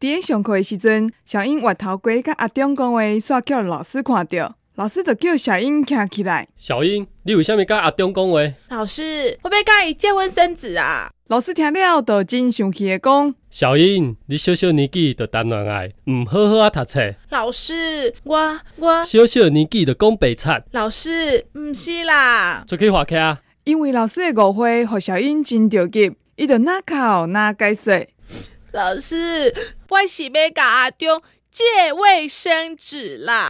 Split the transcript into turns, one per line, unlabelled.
伫咧上课的时阵，小英越头过甲阿中讲话，煞叫老师看到，老师就叫小英站起来。
小英，你为什么甲阿中讲话？
老师，会不会甲伊结婚生子啊？
老师听了，就真生气的讲：
小英，你小小年纪就谈恋爱，毋好好啊读册，
老师，我我
小小年纪就讲白贼，
老师，毋是啦，
出去划客啊！
因为老师的误会，互小英真着急，伊就哪哭哪解释。
老师，我是要甲阿中借卫生纸啦。